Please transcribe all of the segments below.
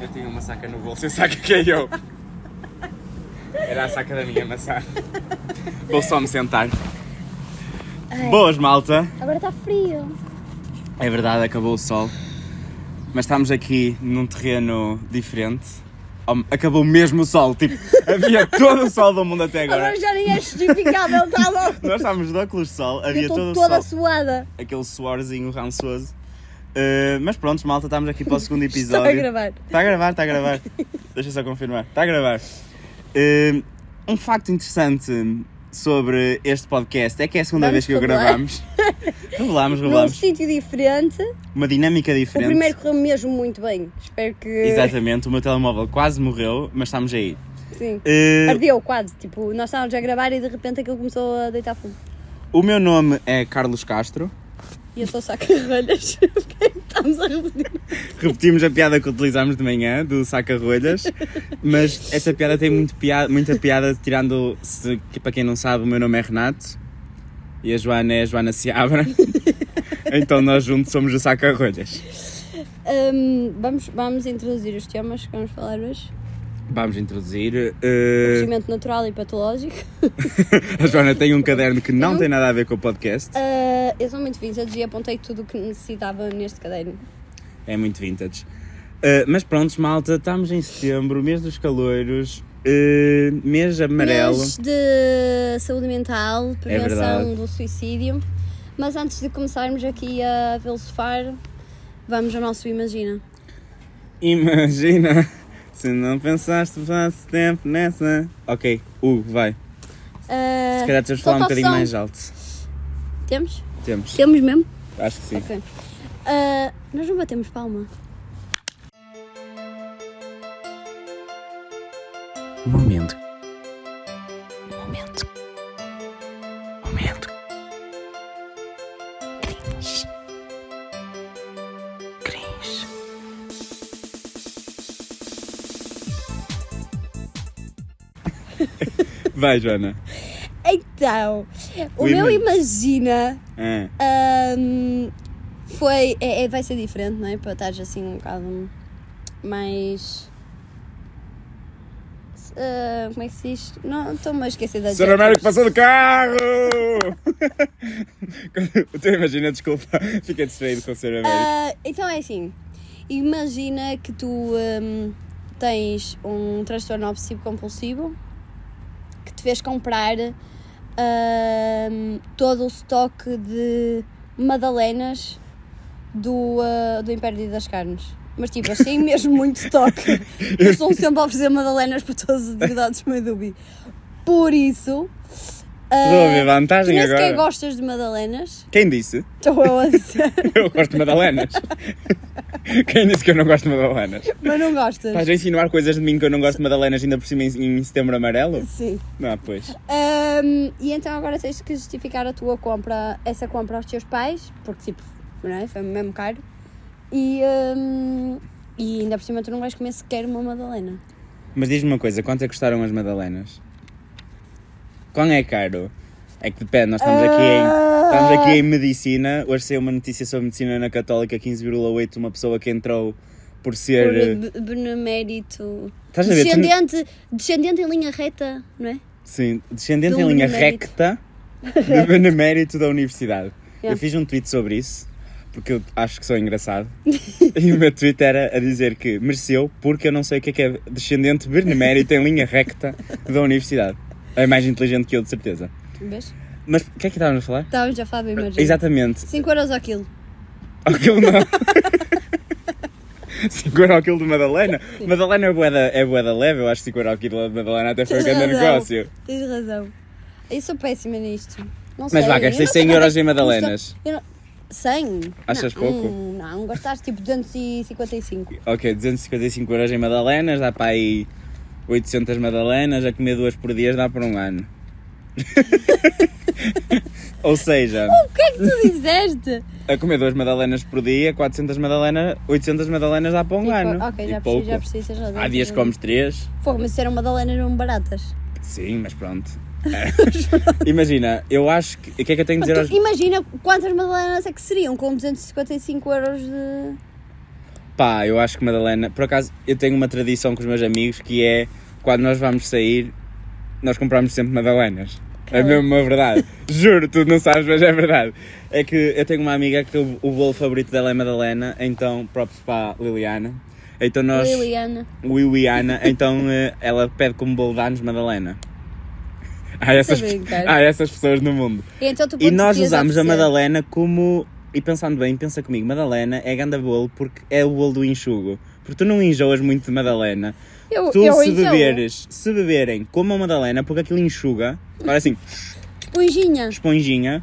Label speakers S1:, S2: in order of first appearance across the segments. S1: Eu tenho uma saca no bolso e a saca caiu. Era a saca da minha maçã. Vou só me sentar.
S2: Ai,
S1: Boas, malta.
S2: Agora está frio.
S1: É verdade, acabou o sol. Mas estamos aqui num terreno diferente. Oh, Acabou mesmo o sol, tipo, havia todo o sol do mundo até agora.
S2: Agora já nem é justificável, está bom?
S1: Nós estávamos de óculos de sol,
S2: Eu
S1: havia todo
S2: estou
S1: o
S2: toda
S1: sol.
S2: suada.
S1: Aquele suorzinho rançoso. Uh, mas pronto, malta, estamos aqui para o segundo
S2: Estou
S1: episódio.
S2: a gravar.
S1: Está Tá a gravar, está a gravar. Deixa eu só confirmar. Está a gravar. Uh, um facto interessante sobre este podcast é que é a segunda vez
S2: Vamos
S1: que o
S2: revelar.
S1: gravamos. revelamos,
S2: Num
S1: revelamos.
S2: sítio diferente.
S1: Uma dinâmica
S2: O
S1: diferente.
S2: primeiro correu mesmo muito bem. Espero que.
S1: Exatamente, o meu telemóvel quase morreu, mas estamos aí.
S2: Sim.
S1: Uh,
S2: Ardeu quase. Tipo, nós estávamos a gravar e de repente aquilo começou a deitar fogo.
S1: o meu nome é Carlos Castro.
S2: E eu sou só carrolhas. Porque é que estamos a repetir?
S1: Repetimos a piada que utilizámos de manhã, do saca-rolhas, mas essa piada tem muito piada, muita piada, tirando, se, que para quem não sabe, o meu nome é Renato e a Joana é a Joana Seabra, então nós juntos somos o saca-rolhas.
S2: Hum, vamos, vamos introduzir os temas que vamos falar hoje.
S1: Vamos introduzir. uh,
S2: Crescimento natural e patológico.
S1: a Joana tem um caderno que não tem nada a ver com o podcast,
S2: Ah, eu sou muito vintage e apontei tudo o que necessitava neste caderno.
S1: é muito vintage. Uh, mas pronto, malta, estamos em setembro, mês dos caloiros, uh, mês amarelo. É
S2: Mês de saúde mental, prevenção
S1: verdade.
S2: do suicídio. Mas antes de começarmos aqui a filosofar, vamos ao nosso Imagina.
S1: Imagina se não pensaste faz tempo nessa. Ok, Hugo, vai.
S2: Ah,
S1: Se calhar temos de falar um
S2: falta o
S1: bocadinho
S2: som.
S1: mais alto.
S2: Temos?
S1: Temos,
S2: Temos mesmo?
S1: acho que sim.
S2: Ok. Ah, nós não batemos palma.
S1: Momento. Momento. Momento. Cris. Cris. Vai, Joana.
S2: Então, o
S1: O
S2: meu
S1: Ima-
S2: Imagina
S1: Ah,
S2: Ahm, foi. É, é- vai ser diferente, não é? Para estares assim um bocado mais. ah, como é que se diz? Não, estou-me a esquecer da
S1: Sr. Américo passou do carro! o teu imagina, desculpa, fiquei distraído com o Sr. Américo.
S2: Ah, Então é assim. Imagina que tu ahm, tens um transtorno obsessivo compulsivo que te fez comprar ahm, todo o estoque de madalenas do, ah, do Império das Carnes. Mas tipo, assim mesmo muito estoque. Eles estão sempre a oferecer madalenas para todas as atividades, meio dúvida. Por isso.
S1: Estou a ver
S2: ah, tu
S1: vantagem
S2: nem sequer
S1: agora.
S2: gostas de madalenas.
S1: Quem disse?
S2: Estou eu a dizer,
S1: Eu gosto de Madalenas. Quem disse que eu não gosto de Madalenas?
S2: mas não gostas.
S1: Estás a insinuar coisas de mim que eu não gosto de Madalenas, ainda por cima em, em setembro amarelo?
S2: Sim.
S1: Não, pois.
S2: Ahm, e então agora tens que justificar a tua compra, essa compra aos teus pais, porque tipo, não é? Foi mesmo caro. E, ahm, e ainda por cima tu não vais comer sequer uma Madalena.
S1: Mas diz-me uma coisa, quanto é que custaram as Madalenas? Quão é caro? É que depende, nós estamos aqui
S2: Ah,
S1: em, estamos aqui em medicina. Hoje saiu uma notícia sobre medicina na Católica 15,8, uma pessoa que entrou por
S2: Por
S1: ser.
S2: be- benemérito.
S1: eh, Estás a ver? Tu-
S2: Descendente, descendente em linha reta, não é?
S1: Sim, descendente
S2: De um
S1: em linha
S2: benemérito.
S1: recta de benemérito da universidade.
S2: Yeah.
S1: Eu fiz um tweet sobre isso, porque eu acho que sou engraçado. e o meu tweet era a dizer que mereceu, porque eu não sei o que é que é descendente benemérito em linha recta da universidade. É mais inteligente que eu, de certeza.
S2: Vês?
S1: Mas o que é que estávamos a falar?
S2: Estávamos a falar do imagem.
S1: Exatamente.
S2: 5 euros ao quilo.
S1: Ao quilo não. 5 ao quilo de Madalena. Madalena é boeda, é boeda leve, eu acho que 5 ao quilo de Madalena até foi um
S2: Tens
S1: grande
S2: razão.
S1: negócio.
S2: Tens razão. Eu sou péssima nisto. Não
S1: Mas
S2: sei,
S1: vá,
S2: eu
S1: gastei
S2: não
S1: 100
S2: sei
S1: euros em
S2: quanto é que
S1: Madalenas.
S2: custa- eu não- 100?
S1: Achas
S2: não,
S1: pouco?
S2: Não, gastaste tipo 255.
S1: Ok, 255 euros em Madalenas, dá para aí 800 Madalenas, a comer duas por dia dá para um ano. Ou seja,
S2: O que é que tu disseste?
S1: a comer duas Madalenas por dia, 400 Madalenas, 800 Madalenas dá para um
S2: Tipo,
S1: ano.
S2: ok,
S1: E
S2: já percebi,
S1: pouco.
S2: já percebi, tens razão.
S1: Há dias que comes três.
S2: Fogo, mas isso eram madalenas não baratas.
S1: Sim, mas pronto. Imagina, eu acho que. O que é que eu tenho a
S2: Então,
S1: dizer aos.
S2: Tu imagina quantas madalenas é que seriam com 255 euros de...
S1: Pá, eu acho que Madalena. Por acaso, eu tenho uma tradição com os meus amigos que é quando nós vamos sair, nós compramos sempre Madalenas. É
S2: Cala-te.
S1: mesmo uma verdade. Juro, tu não sabes, mas é verdade. É que eu tenho uma amiga que o, o bolo favorito dela é Madalena, então, próprio para a Liliana. Então nós.
S2: Liliana.
S1: Liliana, então eh, ela pede como bolo de anos Madalena. Há essas,
S2: Estou a brincar.
S1: há essas pessoas no mundo.
S2: E, então tu
S1: E nós
S2: podias
S1: usámos a
S2: oferecer-
S1: Madalena como. E pensando bem, pensa comigo, Madalena é ganda bolo porque é o bolo do enxugo. Porque tu não enjoas muito de Madalena.
S2: Eu,
S1: Tu,
S2: eu
S1: se
S2: então,
S1: beberes, se beberem, como a Madalena, porque aquilo enxuga, olha assim,
S2: Esponjinha.
S1: esponjinha,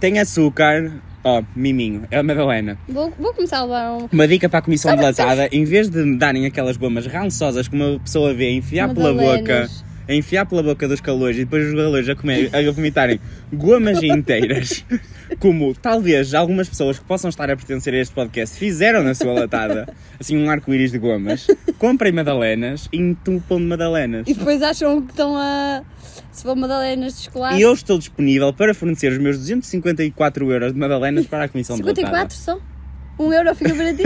S1: tem açúcar, ó, miminho, é a Madalena.
S2: Vou, vou começar a levar um.
S1: Uma dica para a comissão de latada, em vez de me darem aquelas gomas rançosas que uma pessoa vê a enfiar pela boca,
S2: Madalenas.
S1: a enfiar pela boca dos calores e depois os calores a comer, a vomitarem gomas inteiras, como talvez algumas pessoas que possam estar a pertencer a este podcast fizeram na sua latada, assim um arco-íris de gomas, comprem madalenas e entupam de madalenas.
S2: E depois acham que estão a. Se for Madalenas de chocolate.
S1: E eu estou disponível para fornecer os meus 254 euros de madalenas para a comissão de latada.
S2: 54 só? Um euro fica para ti?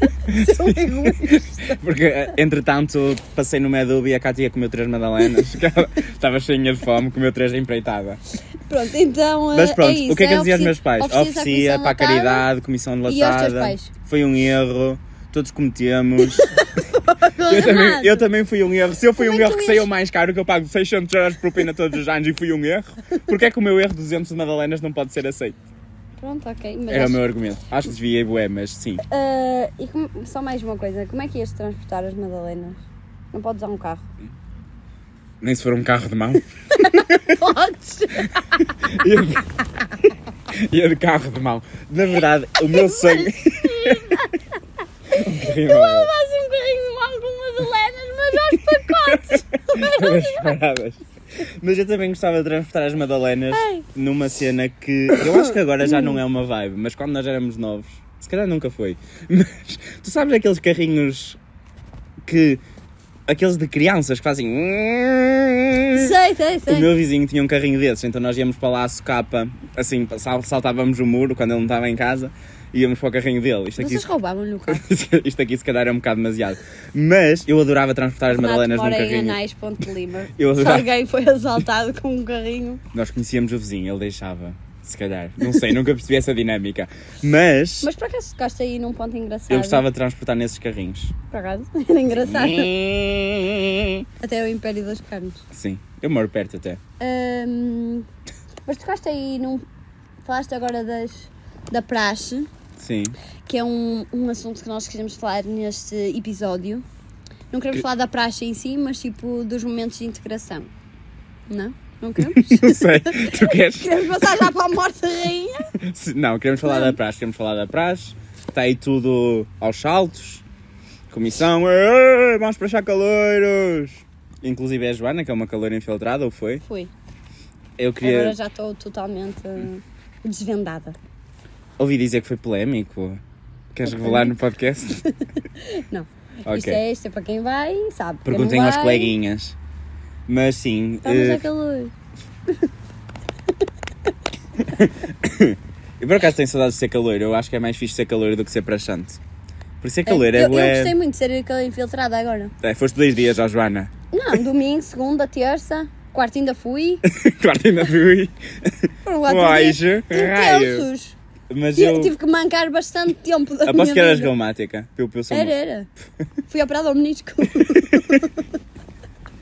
S2: Sou egoísta.
S1: Porque, eh, entretanto, passei numa Adobe e a Cátia comeu três madalenas. que ela Estava cheinha de fome, comeu três de empreitada.
S2: Pronto, então. eh,
S1: Mas pronto,
S2: é isso,
S1: o que é que
S2: é
S1: eu dizia aos
S2: ofereci-
S1: meus pais?
S2: oferecia-se
S1: Oferecia
S2: à
S1: para
S2: comissão
S1: a
S2: local.
S1: caridade, comissão de
S2: E aos teus
S1: latada.
S2: pais?
S1: Foi um erro, todos cometemos. eu, também, eu também fui um erro. Se eu fui
S2: é Como
S1: um
S2: é que
S1: erro
S2: tu
S1: que
S2: és?
S1: saiu mais caro, que eu pago 600 euros de propina todos os anos e fui um erro, porque é que o meu erro de 200 madalenas não pode ser aceito?
S2: Pronto, ok. Mas
S1: Era o
S2: acho-
S1: meu argumento. Acho que desviei bué, mas sim.
S2: Ah, e como- só mais uma coisa, como é que ias transportar as Madalenas? Não podes usar um carro.
S1: Nem se for um carro de mão.
S2: Podes!
S1: Ia de... Ia de carro de mão. Na verdade, o meu sonho. Horrível.
S2: Faz um carrinho mal com Madalenas, mas aos pacotes!
S1: Todas paradas. Mas eu também gostava de transportar as Madalenas
S2: Ai.
S1: numa cena que eu acho que agora já não é uma vibe, mas quando nós éramos novos, se calhar nunca foi. Mas tu sabes aqueles carrinhos que. aqueles de crianças que fazem.
S2: sei, sei, sei.
S1: O meu vizinho tinha um carrinho desses, então nós íamos para lá a socapa, assim, sal- saltávamos o muro quando ele não estava em casa e íamos para o carrinho dele. Isto aqui,
S2: Vocês roubavam-lhe o carro.
S1: isto aqui se calhar é um bocado demasiado. Mas eu adorava transportar as
S2: Renato
S1: Madalenas num
S2: mora em
S1: carrinho.
S2: Anais, Ponte de Lima.
S1: Eu
S2: Se
S1: adorava.
S2: alguém foi assaltado com um carrinho.
S1: Nós conhecíamos o vizinho, ele deixava, se calhar. Não sei, nunca percebi essa dinâmica. Mas,
S2: Mas por acaso tocaste aí num ponto engraçado?
S1: eu gostava de transportar nesses carrinhos.
S2: Por acaso? Era engraçado.
S1: Sim,
S2: Até o Império das Carnes.
S1: eu moro perto até.
S2: Ahm, mas tocaste aí num. Falaste agora das, da praxe,
S1: Sim.
S2: que é um, um assunto que nós queremos falar neste episódio. Não queremos
S1: Que-
S2: falar da praxe em si, mas tipo dos momentos de integração. Não? Não queremos?
S1: Não sei, tu queres?
S2: queremos passar já para a morte da rainha?
S1: Se- Não, queremos falar da praxe, queremos falar da praxe. Está aí tudo aos saltos. Comissão, "Ei, vamos para caloiros. Inclusive é a Joana, que é uma caloira infiltrada, ou foi?
S2: Fui.
S1: Eu queria
S2: Agora já estou totalmente uh, desvendada.
S1: ouvir dizer que foi polémico. Queres revelar no podcast?
S2: Não. Isto
S1: Ok.
S2: é isto, é para quem vai, sabe. Quem não
S1: Perguntem aos
S2: vai,
S1: coleguinhas. Mas sim,
S2: Estamos
S1: eh,
S2: a calor.
S1: eu por acaso tenho saudades de ser caloiro. Eu acho que é mais fixe ser caloiro do que ser praxante. Porque ser caloiro
S2: eu,
S1: é,
S2: eu
S1: bué-
S2: gostei muito de ser aquela infiltrada agora.
S1: é, Foste dois dias, ó Joana.
S2: Não, domingo, segunda, terça, quarta ainda fui.
S1: Quarta ainda fui.
S2: Foram quatro
S1: Uais,
S2: dias
S1: raio.
S2: intensos.
S1: Mas
S2: Ti-
S1: eu
S2: Tive que mancar bastante tempo da
S1: aposto
S2: minha
S1: que eras
S2: vida.
S1: reumática. Pelo, pelo seu
S2: Era,
S1: nome.
S2: era. Fui operada ao menisco.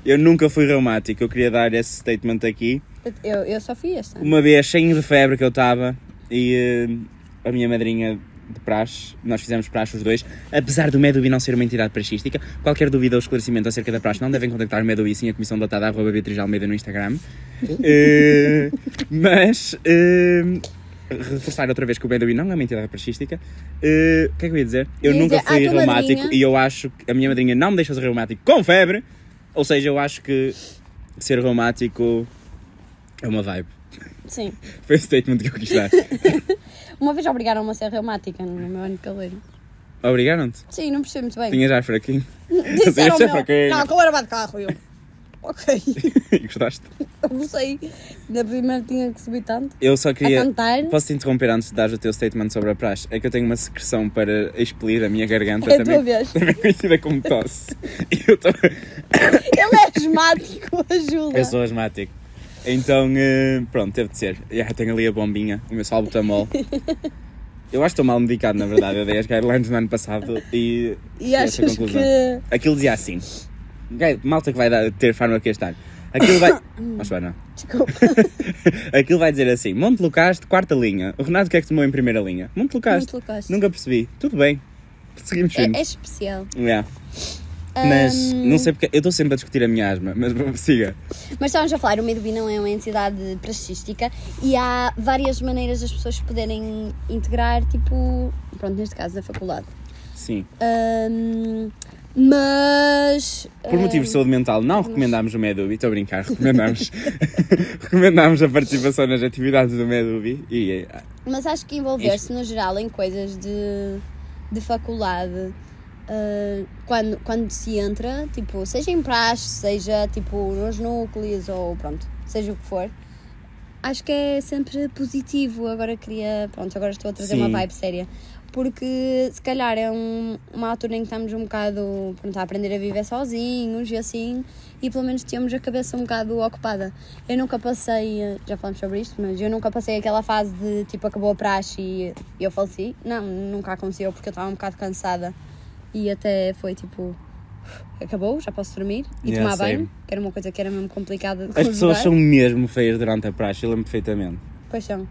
S1: Eu nunca fui reumática. Eu queria dar esse statement aqui.
S2: Eu, eu só fui esta.
S1: Uma vez, cheio de febre que eu estava, e eh, a minha madrinha de praxe, nós fizemos praxe os dois, apesar do Medubi não ser uma entidade praxística, qualquer dúvida ou esclarecimento acerca da praxe não devem contactar o Medubi, sim a comissão dotada, arroba Beatriz Almeida no Instagram. Eh, mas, eh, reforçar outra vez que o Medubi não é uma entidade praxística, eh, o que é que eu ia dizer? Eu
S2: Ia
S1: nunca
S2: dizer,
S1: fui
S2: ah, tua
S1: reumático
S2: madrinha-
S1: e eu acho que a minha madrinha não me deixa ser reumático com febre, ou seja, eu acho que ser reumático é uma vibe.
S2: Sim.
S1: Foi o statement que eu quis dar.
S2: Uma vez obrigaram-me a ser reumática no meu ano de caloiro.
S1: Obrigaram-te?
S2: Sim, não percebi muito bem.
S1: Tinha já fraquinho.
S2: Disseram
S1: Este é
S2: meu,
S1: fraquinho.
S2: Não, a caloira vai de carro. Eu. ok,
S1: E Gostaste?
S2: almocei. Na primeira tinha que subir tanto.
S1: Eu só
S2: A
S1: queria.
S2: cantar.
S1: Posso te interromper antes de dar o teu statement sobre a praxe? É que eu tenho uma secreção para expelir a minha garganta
S2: É a tua
S1: também.
S2: vez.
S1: Também conhecida como tosse. E eu, tô...
S2: Ele é asmático, ajuda.
S1: eu sou asmático. Então, eh, pronto, teve de ser. Já tenho ali a bombinha, o meu salbutamol. Eu acho que estou mal medicado, na verdade. Eu dei as guidelines no ano passado e
S2: E achas
S1: conclusão.
S2: que.
S1: aquilo dizia assim. "Gai- Malta que vai dar- ter fármaco este ano. Aquilo vai. Mas vai, não.
S2: Desculpa.
S1: Aquilo vai dizer assim: Monte Locaste, quarta linha. O Renato, o que é que tomou em primeira linha? Monte Locaste.
S2: Muito loucaste.
S1: Nunca percebi. Tudo bem. Seguimos
S2: É,
S1: juntos.
S2: é um, especial.
S1: Yeah. Mas
S2: Ahm,
S1: não sei porque. Eu estou sempre a discutir a minha asma, mas siga.
S2: Mas estávamos a falar, o Medubi não é uma entidade praxística e há várias maneiras das pessoas poderem integrar, tipo, pronto, neste caso, na faculdade.
S1: Sim.
S2: Ahm, mas.
S1: Por motivo de saúde mental,
S2: um,
S1: não recomendámos o Medubi, estou a brincar, recomendámos. recomendámos a participação nas atividades do Medubi e eh,
S2: Mas acho que envolver-se no geral em coisas de, de faculdade, ah, quando, quando se entra, tipo, seja em praxe, seja tipo nos núcleos ou pronto, seja o que for, acho que é sempre positivo. Agora queria, pronto, agora estou a trazer uma
S1: Sim.
S2: vibe séria. Porque se calhar é um- uma altura em que estamos um bocado pronto, a aprender a viver sozinhos e assim, e pelo menos tínhamos a cabeça um bocado ocupada. Eu nunca passei, eh, já falamos sobre isto, mas eu nunca passei aquela fase de tipo acabou a praxe e eu faleci. Não, nunca aconteceu porque eu estava um bocado cansada e até foi tipo. Acabou, já posso dormir e
S1: Yeah,
S2: tomar banho,
S1: same.
S2: que era uma coisa que era mesmo complicada de
S1: as pessoas
S2: conjugar.
S1: são mesmo feias durante a praxe, eu lembro perfeitamente.
S2: Pois são.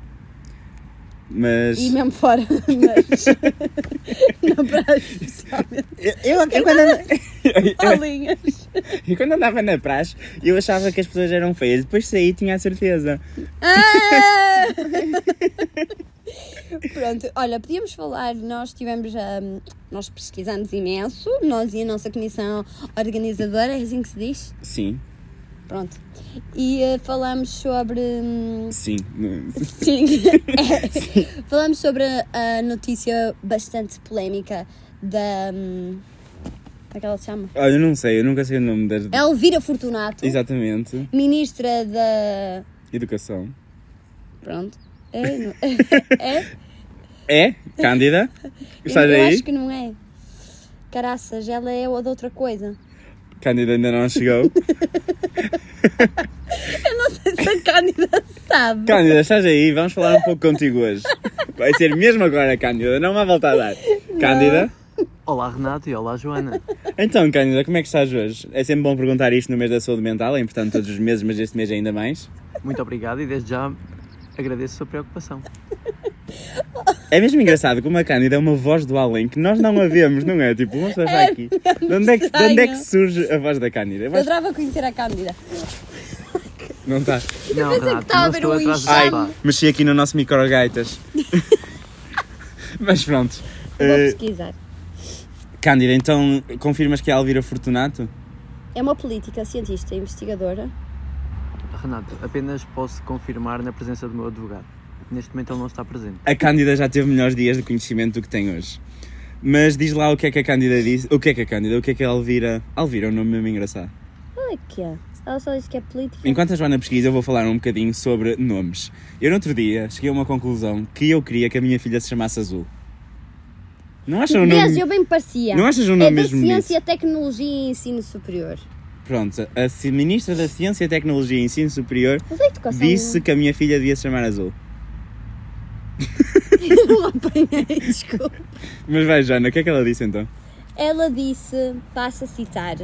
S1: Mas.
S2: E mesmo fora, mas na praia especialmente.
S1: Eu, eu- eu quando andava,
S2: Palinhas.
S1: eu quando andava na praxe, eu achava que as pessoas eram feias, depois saí tinha a certeza.
S2: Ah! Pronto, olha, podíamos falar, nós tivemos a. nós pesquisamos imenso, nós e a nossa comissão organizadora, é assim que se diz.
S1: Sim,
S2: Pronto. E eh, falamos sobre. hum,
S1: sim.
S2: Sim. É. Falamos sobre a notícia bastante polémica da. hum, como é que ela se chama?
S1: Olha, eu não sei, eu nunca sei o nome
S2: É um
S1: das.
S2: Elvira Fortunato,
S1: Exatamente.
S2: ministra da.
S1: Educação.
S2: Pronto. É? não- é?
S1: É? Cândida? Estás
S2: eu
S1: aí?
S2: acho que não é. Caraças, ela é ou de outra coisa.
S1: Cândida ainda não chegou.
S2: Eu não sei se a Cândida sabe.
S1: Cândida, estás aí? Vamos falar um pouco contigo hoje. Vai ser mesmo agora, Cândida, não há volta a dar. Cândida?
S3: Olá Renato e olá Joana.
S1: Então, Cândida, como é que estás hoje? É sempre bom perguntar isto no mês da saúde mental, é importante todos os meses, mas este mês ainda mais.
S3: Muito obrigado e desde já agradeço a sua preocupação.
S1: É mesmo engraçado como a Cândida é uma voz do além que nós não a vemos, não é? Tipo, vamos achar aqui. De onde, é que, de onde é que surge a voz da Cândida? Eu
S2: Eu
S1: acho-
S2: adorava conhecer a Cândida.
S1: Não está.
S3: Não,
S2: pensei que
S3: Renato,
S2: estava a
S3: não
S2: ver
S3: estou
S2: um
S3: atrás do
S1: Ai,
S3: sofá.
S1: mexi aqui no nosso micro-gaitas. mas pronto.
S2: Vou
S1: Eh,
S2: pesquisar.
S1: Cândida, então confirmas que é a Alvira Fortunato?
S2: É uma política, cientista e investigadora.
S3: Renato, apenas posso confirmar na presença do meu advogado. Neste momento ele não está presente.
S1: a Cândida já teve melhores dias de conhecimento do que tem hoje. Mas diz lá o que é que a Cândida disse. O que é que a Cândida, o que é que a Alvira. Alvira é um nome mesmo engraçado.
S2: Olha que é. Ela só diz que é política.
S1: Enquanto a Joana pesquisa, eu vou falar um bocadinho sobre nomes. Eu no outro dia cheguei a uma conclusão que eu queria que a minha filha se chamasse Azul. Não achas um
S2: Vês,
S1: nome.
S2: eu bem parecia.
S1: Não achas um
S2: é
S1: nome
S2: da
S1: mesmo
S2: ciência,
S1: bonito?
S2: tecnologia e ensino superior.
S1: Pronto, a ci- Ministra da Ciência, Tecnologia e Ensino Superior
S2: Mas é educação.
S1: disse que a minha filha devia se chamar Azul.
S2: Não apanhei, desculpa.
S1: Mas vai, Joana, o que é que ela disse então?
S2: Ela disse, passa a citar.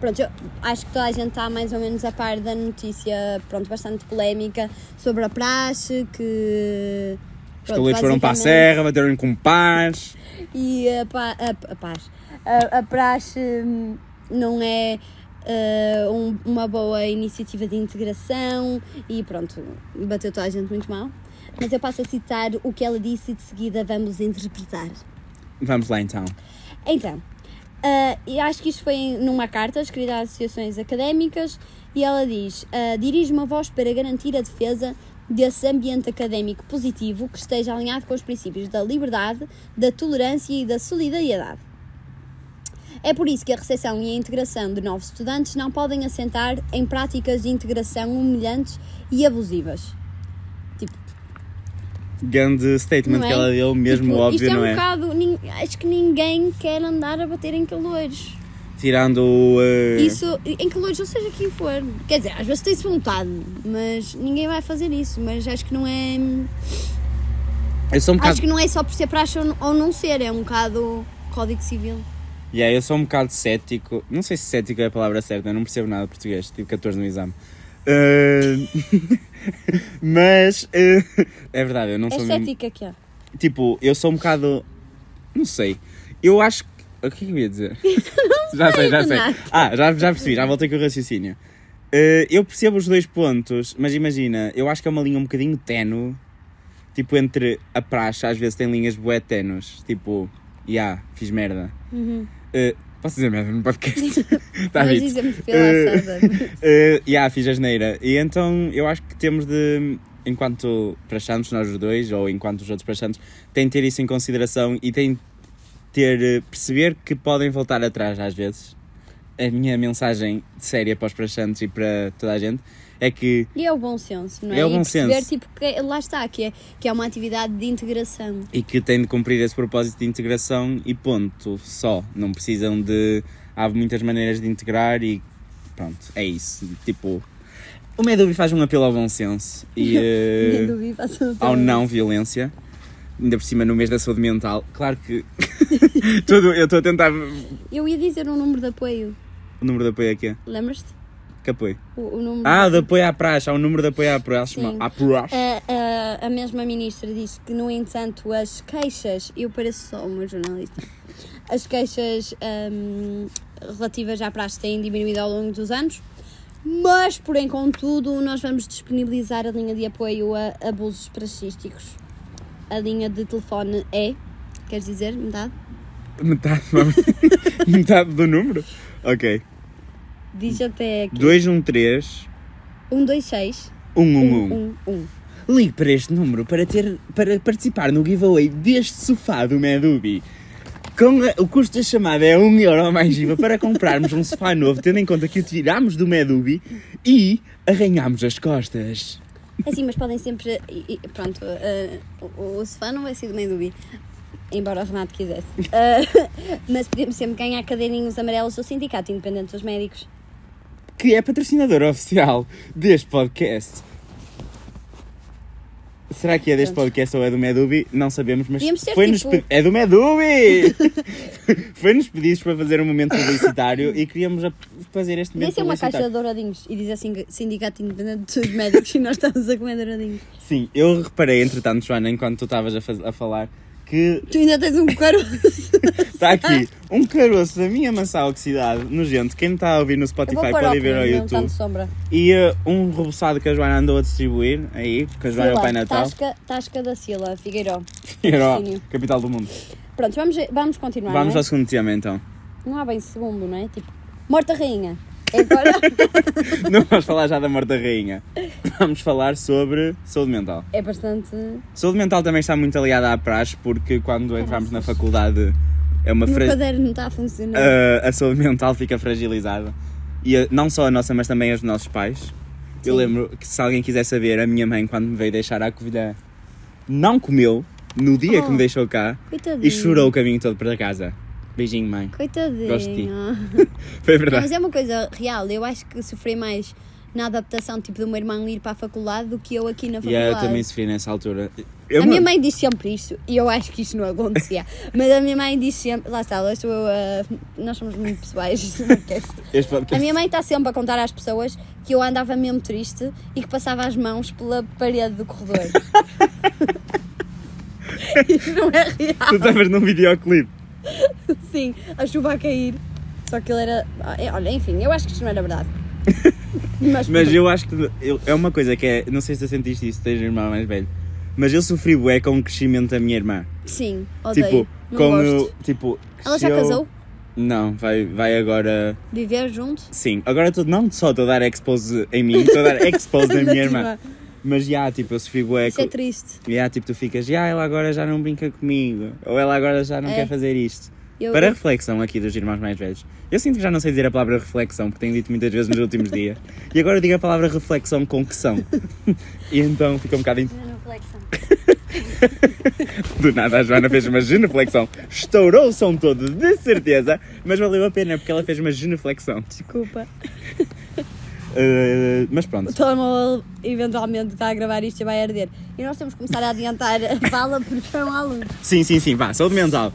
S2: Pronto, eu acho que toda a gente está mais ou menos a par da notícia, pronto, bastante polémica sobre a praxe, que...
S1: Os
S2: pronto,
S1: calouros foram para a
S2: basicamente-
S1: serra, bateram com paz.
S2: E a, pa- a- a paz. A, a praxe hum, não é eh, um- uma boa iniciativa de integração e pronto, bateu toda a gente muito mal. Mas eu passo a citar o que ela disse e de seguida vamos interpretar.
S1: Vamos lá então.
S2: Então, ah, eu acho que isto foi em- numa carta escrita a associações académicas e ela diz: ah, dirige uma voz para garantir a defesa desse ambiente académico positivo que esteja alinhado com os princípios da liberdade, da tolerância e da solidariedade. É por isso que a recepção e a integração de novos estudantes não podem assentar em práticas de integração humilhantes e abusivas.
S1: Grande statement
S2: Não é?
S1: que ela deu, mesmo
S2: Tipo,
S1: óbvio,
S2: isto é um
S1: não é?
S2: bocado. nin- Acho que ninguém quer andar a bater em calores.
S1: Tirando o. eh,
S2: Isso, em calores, ou seja quem for. Quer dizer, às vezes tem-se vontade, mas ninguém vai fazer isso. Mas acho que não é.
S1: Eu sou um bocado.
S2: Acho que não é só por ser praxe ou- ou não ser, é um bocado código civil.
S1: Yeah, eu sou um bocado cético. Não sei se cético é a palavra certa, eu não percebo nada de português. Tive 14 no exame. Eh, mas. eh, é verdade, eu não
S2: É
S1: sou mesmo.
S2: cética que é.
S1: Tipo, eu sou um bocado. Não sei. Eu acho que. O que é que eu ia dizer? já sei, já sei.
S2: Renato.
S1: Ah, já, já percebi, já voltei com o raciocínio. Eh, eu percebo os dois pontos, mas imagina, eu acho que é uma linha um bocadinho tenue. Tipo, entre a praxe, às vezes tem linhas bué tenues. Tipo, ya, fiz merda. Eh, posso dizer merda no podcast? tá
S2: Mas
S1: bem.
S2: dizemos
S1: Eh,
S2: pela César.
S1: Uh, yeah, fiz asneira. E então eu acho que temos de, enquanto prachantes, nós os dois, ou enquanto os outros prachantes, têm de ter isso em consideração e têm de ter, eh, perceber que podem voltar atrás às vezes. A minha mensagem séria para os prachantes e para toda a gente é que,
S2: E é o bom senso, não é?
S1: É o
S2: E
S1: bom
S2: perceber,
S1: senso.
S2: tipo, que lá está, que é, que é uma atividade de integração.
S1: e que têm de cumprir esse propósito de integração e ponto, só. Não precisam de. Há muitas maneiras de integrar e pronto, é isso. Tipo. O Medubi faz um apelo ao bom senso e. eh,
S2: Nem duvido, faço uma
S1: ao
S2: pergunta.
S1: não violência, ainda por cima no mês da saúde mental. Claro que tudo, eu estou a tentar. O
S2: Eu ia dizer um número de apoio,
S1: número de apoio é que é?
S2: lembras-te?
S1: Que apoio?
S2: O, o número.
S1: Ah, de apoio à praxe, há um número de apoio à praxe.
S2: Sim.
S1: À praxe.
S2: A, a- a mesma ministra disse que, no entanto, as queixas, eu pareço só uma jornalista, as queixas ahm, relativas à praxe têm diminuído ao longo dos anos, mas, porém, contudo, nós vamos disponibilizar a linha de apoio a abusos praxísticos. A linha de telefone é, queres dizer, metade?
S1: Metade, vamos- metade do número? Ok.
S2: Diz até aqui.
S1: 213
S2: 126
S1: 111.
S2: 111.
S1: Ligue para este número para, ter, para participar no giveaway deste sofá do Medubi. Com a- o custo da chamada é 1 euro mais IVA para comprarmos um sofá novo, tendo em conta que o tirámos do Medubi e arranhámos as costas.
S2: Assim, mas podem sempre. e- e- Pronto, eh, o, o sofá não vai ser do meio do bi, embora o Renato quisesse. Eh, mas podemos sempre ganhar cadeirinhos amarelos do Sindicato Independente dos Médicos.
S1: que é patrocinador oficial deste podcast. Será que é deste podcast ou é do Medubi? Não sabemos, mas
S2: Podíamos ser
S1: foi-nos
S2: tipo-
S1: pe- É do Medubi! foi-nos pedidos para fazer um momento publicitário e queríamos a- fazer este
S2: Podia
S1: momento
S2: ser uma caixa de
S1: publicitário.
S2: douradinhos e diz assim: Sindicato Independente dos Médicos e nós estamos a comer douradinhos.
S1: Sim, eu reparei, entretanto, Joana, enquanto tu estavas a, faz- a falar, que
S2: Tu ainda tens um caroço.
S1: está aqui um caroço da minha maçã oxidada nojento. Quem me está a ouvir no
S2: Eu vou
S1: Spotify
S2: para o
S1: pode ir ver ao
S2: não
S1: YouTube.
S2: tanto sombra.
S1: E uh, um reboçado que a Joana andou a distribuir aí, porque a Joana é o Pai
S2: Sila,
S1: Natal.
S2: Tasca, Tasca da Sila, Figueiró.
S1: Era
S2: Patrocínio.
S1: a capital do mundo.
S2: Pronto, vamos, vamos continuar.
S1: Vamos
S2: não, é?
S1: ao segundo tema então.
S2: não há bem segundo, não é? Tipo, Morta Rainha. É agora.
S1: Não vamos falar já da morte da rainha. Vamos falar sobre saúde mental.
S2: é bastante.
S1: Saúde mental também está muito aliada à praxe, porque quando entramos na faculdade é uma
S2: O meu
S1: fra...
S2: caderno não está a funcionar.
S1: a, a saúde mental fica fragilizada. E a- não só a nossa, mas também a dos nossos pais. Eu
S2: Sim.
S1: lembro que se alguém quiser saber, a minha mãe, quando me veio deixar à Covilhã, não comeu no dia que
S2: Oh.
S1: me deixou cá
S2: Coitadinho.
S1: e chorou o caminho todo para casa. Beijinho, mãe.
S2: Coitadinho.
S1: Gosto de ti. Foi
S2: Não,
S1: verdade.
S2: mas é uma coisa real. Eu acho que sofri mais na adaptação, tipo, do meu irmão ir para a faculdade do que eu aqui na
S1: E
S2: faculdade.
S1: eu também sofri nessa altura. Eu
S2: a
S1: me-
S2: minha mãe diz sempre isto, e eu acho que isto não acontecia. mas a minha mãe diz sempre. Lá está, eu sou, ah, nós somos muito pessoais. isto não esquece.
S1: Este podcast-
S2: a minha mãe está sempre a contar às pessoas que eu andava mesmo triste e que passava as mãos pela parede do corredor. isto não é real.
S1: Tu estavas num videoclipe.
S2: Sim, a chuva a cair. Só que ele era. ah, é, Olha, enfim, eu acho que isto não era verdade. Mas,
S1: Mas eu acho que eu- é uma coisa que é. Não sei se tu sentiste isso, tens um irmão mais velho. Mas eu sofri bué com o crescimento da minha irmã.
S2: Sim, odeio.
S1: tipo,
S2: não
S1: com
S2: gosto.
S1: o- Tipo,
S2: Ela já
S1: cresceu-
S2: casou?
S1: Não, vai, vai agora.
S2: Viver junto?
S1: Sim, agora tô, não só estou a dar expose em mim, estou a dar expose na
S2: Na
S1: minha
S2: tua
S1: irmã. Mas já, tipo, eu sofri bué.
S2: Isso é
S1: com-
S2: triste.
S1: E há, tipo, tu ficas, já, ela agora já não brinca comigo. Ou ela agora já não
S2: É.
S1: quer fazer isto.
S2: Eu-
S1: Para a reflexão aqui dos irmãos mais velhos, eu sinto que já não sei dizer a palavra reflexão, porque tenho dito muitas vezes nos últimos dias. E agora eu digo a palavra reflexão com que são. E então fica um bocado in- do nada. A Joana fez uma genuflexão. Estourou o som todo, de certeza. Mas valeu a pena, porque ela fez uma genuflexão.
S2: Desculpa.
S1: Uh, mas
S2: O
S1: pronto.
S2: telemóvel eventualmente está a gravar isto e vai arder. E nós temos que começar a adiantar a fala porque é um aluno.
S1: Sim, sim, sim, vá. Saúde mental.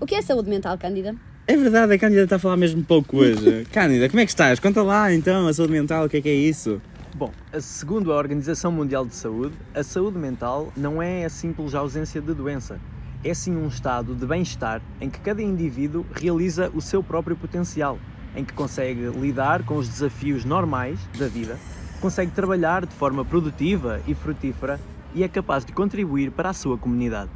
S2: O que é saúde mental, Cândida?
S1: É verdade, a Cândida está a falar mesmo pouco hoje. Cândida, como é que estás? Conta lá então, a saúde mental, o que é que é isso?
S3: Bom, a- segundo a Organização Mundial de Saúde, a saúde mental não é a simples ausência de doença. É sim um estado de bem-estar em que cada indivíduo realiza o seu próprio potencial, em que consegue lidar com os desafios normais da vida, consegue trabalhar de forma produtiva e frutífera e é capaz de contribuir para a sua comunidade.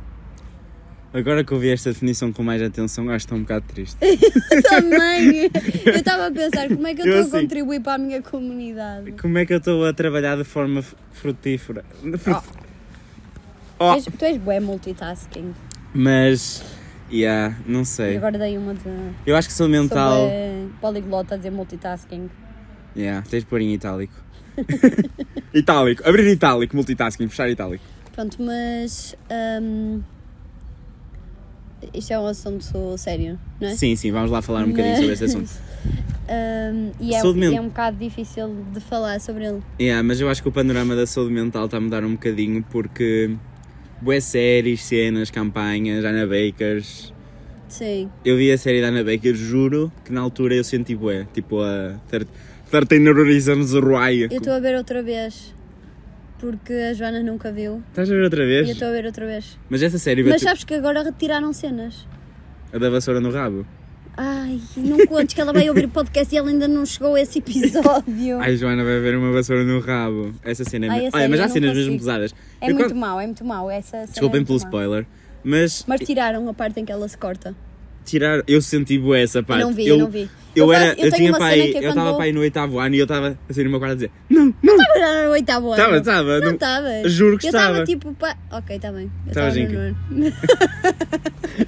S1: Agora que ouvi esta definição com mais atenção, acho que estou um bocado triste.
S2: É. Também! Eu estava a pensar como é que eu
S1: Eu
S2: estou a
S1: assim.
S2: contribuir para a minha comunidade.
S1: Como é que eu estou a trabalhar de forma f- frutífera?
S2: Tu
S1: Oh.
S2: és, tu és bué multitasking.
S1: Mas, yeah, não
S2: E
S1: sei.
S2: Agora dei uma de.
S1: Eu acho que saúde mental.
S2: Sou bué poliglota a dizer multitasking.
S1: Yeah, tens de pôr em itálico. itálico, abrir itálico, multitasking, fechar itálico.
S2: Pronto, mas. hum, isto é um assunto sério, não é?
S1: Sim, sim, vamos lá falar um bocadinho sobre esse assunto.
S2: Hum, e é,
S1: Saúde
S2: e
S1: mental.
S2: é um bocado difícil de falar sobre ele.
S1: Yeah, mas eu acho que o panorama da saúde mental está a mudar um bocadinho porque. Boas séries, cenas, campanhas, Ana Bakers,
S2: Sim.
S1: Eu vi a série da Ana Baker, juro que na altura eu senti bué, tipo a 13 Horizons Ruai.
S2: Eu estou a ver outra vez. Porque a Joana nunca viu.
S1: Estás a ver outra
S2: E eu
S1: vez?
S2: estou a ver outra vez.
S1: Mas essa série
S2: Mas
S1: bateu
S2: sabes que agora retiraram cenas.
S1: a da vassoura no rabo.
S2: Ai, não contes que ela vai ouvir o podcast e ela ainda não chegou a esse episódio.
S1: Ai, Joana vai ver uma vassoura no rabo. Essa cena é
S2: Ai,
S1: mesmo.
S2: essa
S1: Olha, mas
S2: eu
S1: há
S2: não
S1: cenas
S2: consigo.
S1: mesmo pesadas.
S2: É
S1: Eu
S2: muito
S1: quando-
S2: mau, é muito mau. Essa cena é
S1: Desculpem
S2: muito
S1: pelo
S2: má.
S1: spoiler, mas,
S2: Mas tiraram a parte em que ela se corta.
S1: tirar. Eu senti bué essa parte.
S2: eu não vi, eu,
S1: eu
S2: não vi.
S1: Eu,
S2: faço-
S1: era, eu,
S2: tenho
S1: tinha
S2: uma
S1: pai,
S2: cena que é
S1: eu
S2: quando
S1: estava
S2: vou-
S1: pai no oitavo ano e eu estava assim no meu quarto a dizer: Não, não,
S2: Estava já no oitavo ano.
S1: estava, estava.
S2: Não
S1: não-
S2: estava.
S1: Juro que
S2: eu tava
S1: estava.
S2: tipo, pá. Ok, está bem. Eu
S1: Tava
S2: estava
S1: ginca.
S2: no nono.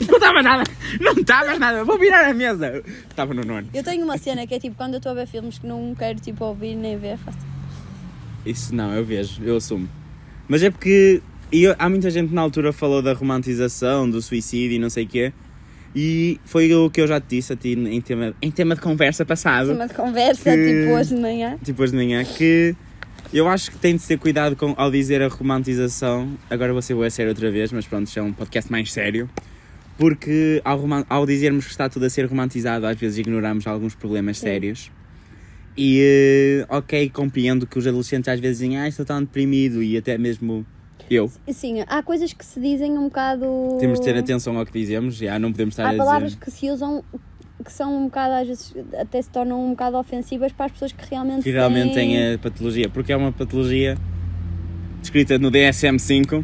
S1: Não estava nada, não estava nada, vou virar a mesa. Estava no nono.
S2: Eu tenho uma cena que é tipo, quando eu estou a ver filmes que não quero tipo ouvir nem ver, faço.
S1: Isso não, eu vejo, eu assumo. Mas é porque e eu- há muita gente na altura falou da romantização, do suicídio e não sei o quê. E foi o que eu já te disse a ti em tema, em tema de conversa passado,
S2: Cima de conversa,
S1: Que-
S2: tipo hoje de manhã.
S1: tipo hoje de manhã, que eu acho que tem de ser cuidado com, ao dizer a romantização. Agora vou ser boa sério outra vez, mas pronto, isto é um podcast mais sério. Porque ao, roman- ao dizermos que está tudo a ser romantizado, às vezes ignoramos alguns problemas sérios. E, eh, ok, compreendo que os adolescentes às vezes dizem, ah, estou tão deprimido, e até mesmo eu.
S2: E Sim, há coisas que se dizem um bocado.
S1: Temos de ter atenção ao que dizemos, já não podemos estar
S2: Há
S1: a
S2: palavras
S1: dizer.
S2: que se usam que são um bocado, às vezes, até se tornam um bocado ofensivas para as pessoas que realmente.
S1: Que realmente
S2: têm...
S1: tem a patologia, porque é uma patologia descrita no DSM-5